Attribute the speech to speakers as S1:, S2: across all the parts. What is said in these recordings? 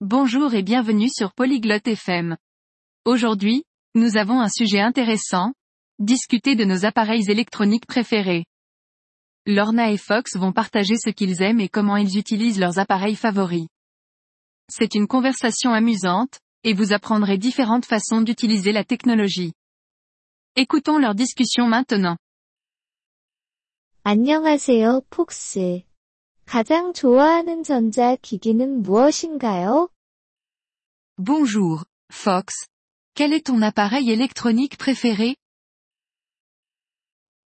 S1: Bonjour et bienvenue sur Polyglotte FM. Aujourd'hui, nous avons un sujet intéressant, discuter de nos appareils électroniques préférés. Lorna et Fox vont partager ce qu'ils aiment et comment ils utilisent leurs appareils favoris. C'est une conversation amusante, et vous apprendrez différentes façons d'utiliser la technologie. Écoutons leur discussion maintenant.
S2: 안녕하세요, 폭스. 가장 좋아하는 전자기기는 무엇인가요?
S1: Bonjour, Fox. Quel est ton appareil électronique préféré?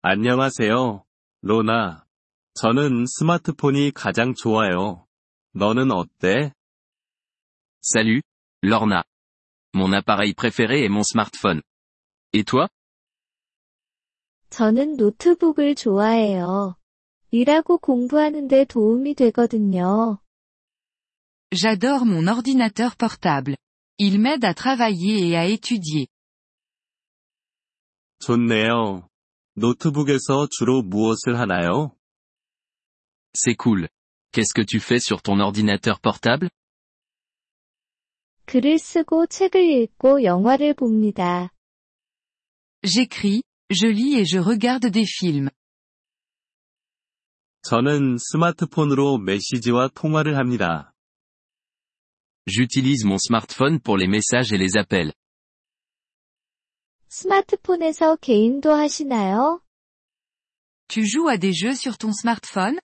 S3: 안녕하세요, 로나. 저는 스마트폰이 가장 좋아요. 너는 어때?
S4: Salut, Lorna. Mon appareil préféré est mon smartphone. Et toi?
S2: 저는 노트북을 좋아해요. 일하고 공부하는데 도움이 되거든요.
S1: J'adore mon ordinateur portable. Il m'aide à travailler et à étudier.
S3: 좋네요. 노트북에서 주로 무엇을 하나요?
S4: C'est cool. Qu'est-ce que tu fais sur ton ordinateur portable?
S2: 글을 쓰고 책을 읽고 영화를 봅니다.
S1: J'écris, je lis et je regarde des films.
S3: 저는 스마트폰으로 메시지와 통화를 합니다.
S4: J'utilise mon smartphone pour les messages et les appels.
S2: 스마트폰에서 개인도 하시나요?
S1: Tu joues à des jeux sur ton smartphone?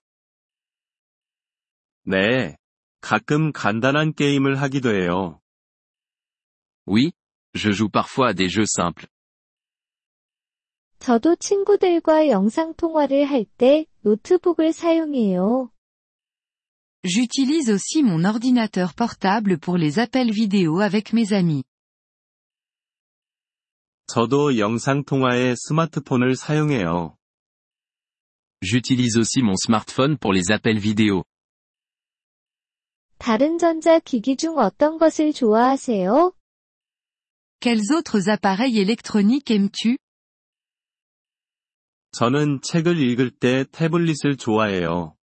S3: 네. 가끔 간단한 게임을 하기도 해요.
S4: Oui, je joue parfois à des jeux simples.
S2: 저도 친구들과 영상통화를 할 때 노트북을 사용해요.
S1: J'utilise aussi mon ordinateur portable pour les appels vidéo avec mes amis.
S3: 저도 영상통화에 스마트폰을 사용해요.
S4: J'utilise aussi mon smartphone pour les appels vidéo.
S2: 다른 전자기기 중 어떤 것을 좋아하세요?
S1: Quels autres appareils électroniques aimes-tu?
S3: 저는 책을 읽을 때 태블릿을 좋아해요.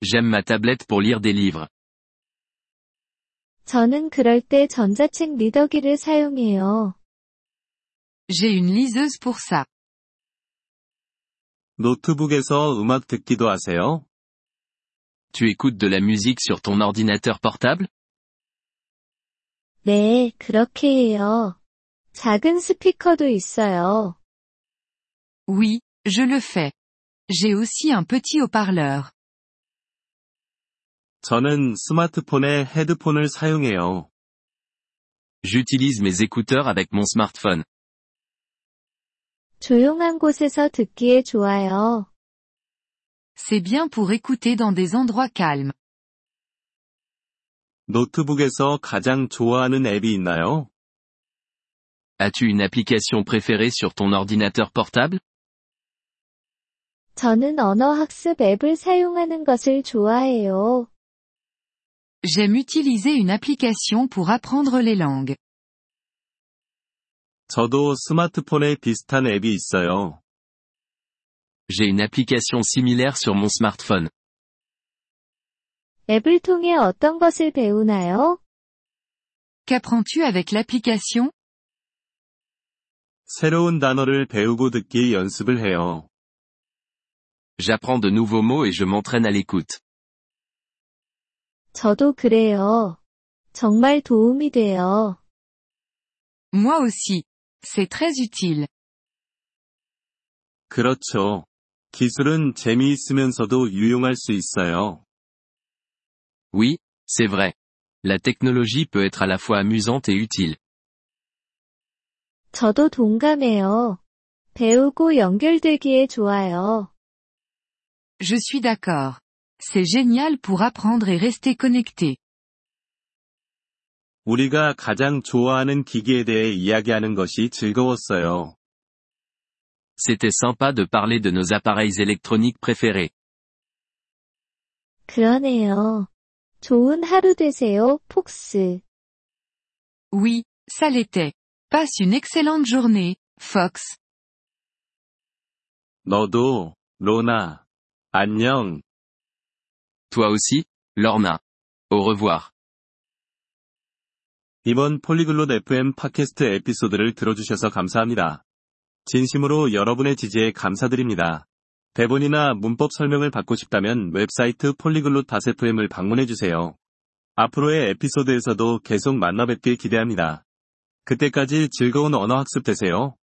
S4: J'aime ma tablette pour lire des livres.
S2: 저는 그럴 때 전자책 리더기를 사용해요.
S1: J'ai une liseuse pour ça.
S3: 노트북에서 음악 듣기도 하세요?
S4: Tu écoutes de la musique sur ton ordinateur portable?
S2: 네, 그렇게 해요. 작은 스피커도 있어요.
S1: Oui, je le fais. J'ai aussi un petit haut-parleur.
S3: 저는 스마트폰에 헤드폰을 사용해요.
S4: J'utilise mes écouteurs avec mon smartphone.
S2: 조용한 곳에서 듣기에 좋아요.
S1: C'est bien pour écouter dans des endroits calmes.
S3: 노트북에서 가장 좋아하는 앱이 있나요?
S4: As-tu une application préférée sur ton ordinateur portable?
S2: 저는 언어학습 앱을 사용하는 것을 좋아해요.
S1: J'aime utiliser une application pour apprendre les langues.
S3: 저도 스마트폰에 비슷한 앱이 있어요.
S4: J'ai une application similaire sur mon smartphone.
S2: 앱을 통해 어떤 것을 배우나요?
S1: Qu'apprends-tu avec l'application?
S3: 새로운 단어를 배우고 듣기 연습을 해요.
S4: J'apprends de nouveaux mots et je m'entraîne à l'écoute.
S2: 저도 그래요. 정말 도움이 돼요.
S1: Moi aussi. C'est très utile.
S3: 그렇죠. 기술은 재미있으면서도 유용할 수 있어요.
S4: Oui, c'est vrai. La technologie peut être à la fois amusante et utile.
S2: 저도 동감해요. 배우고 연결되기에 좋아요.
S1: Je suis d'accord. C'est génial pour apprendre et rester connecté.
S3: 우리가 가장 좋아하는 기기에 대해 이야기하는 것이 즐거웠어요.
S4: C'était sympa de parler de nos appareils électroniques préférés.
S2: 그러네요. 좋은 하루 되세요, 폭스.
S1: Oui, ça l'était. Passe une excellente journée, Fox.
S3: 너도, 로나. 안녕.
S4: Toi aussi, Lorna. Au revoir.
S3: 이번 폴리글롯 FM 팟캐스트 에피소드를 들어주셔서 감사합니다. 진심으로 여러분의 지지에 감사드립니다. 대본이나 문법 설명을 받고 싶다면 웹사이트 폴리글롯 FM을 방문해주세요. 앞으로의 에피소드에서도 계속 만나뵙길 기대합니다. 그때까지 즐거운 언어학습 되세요.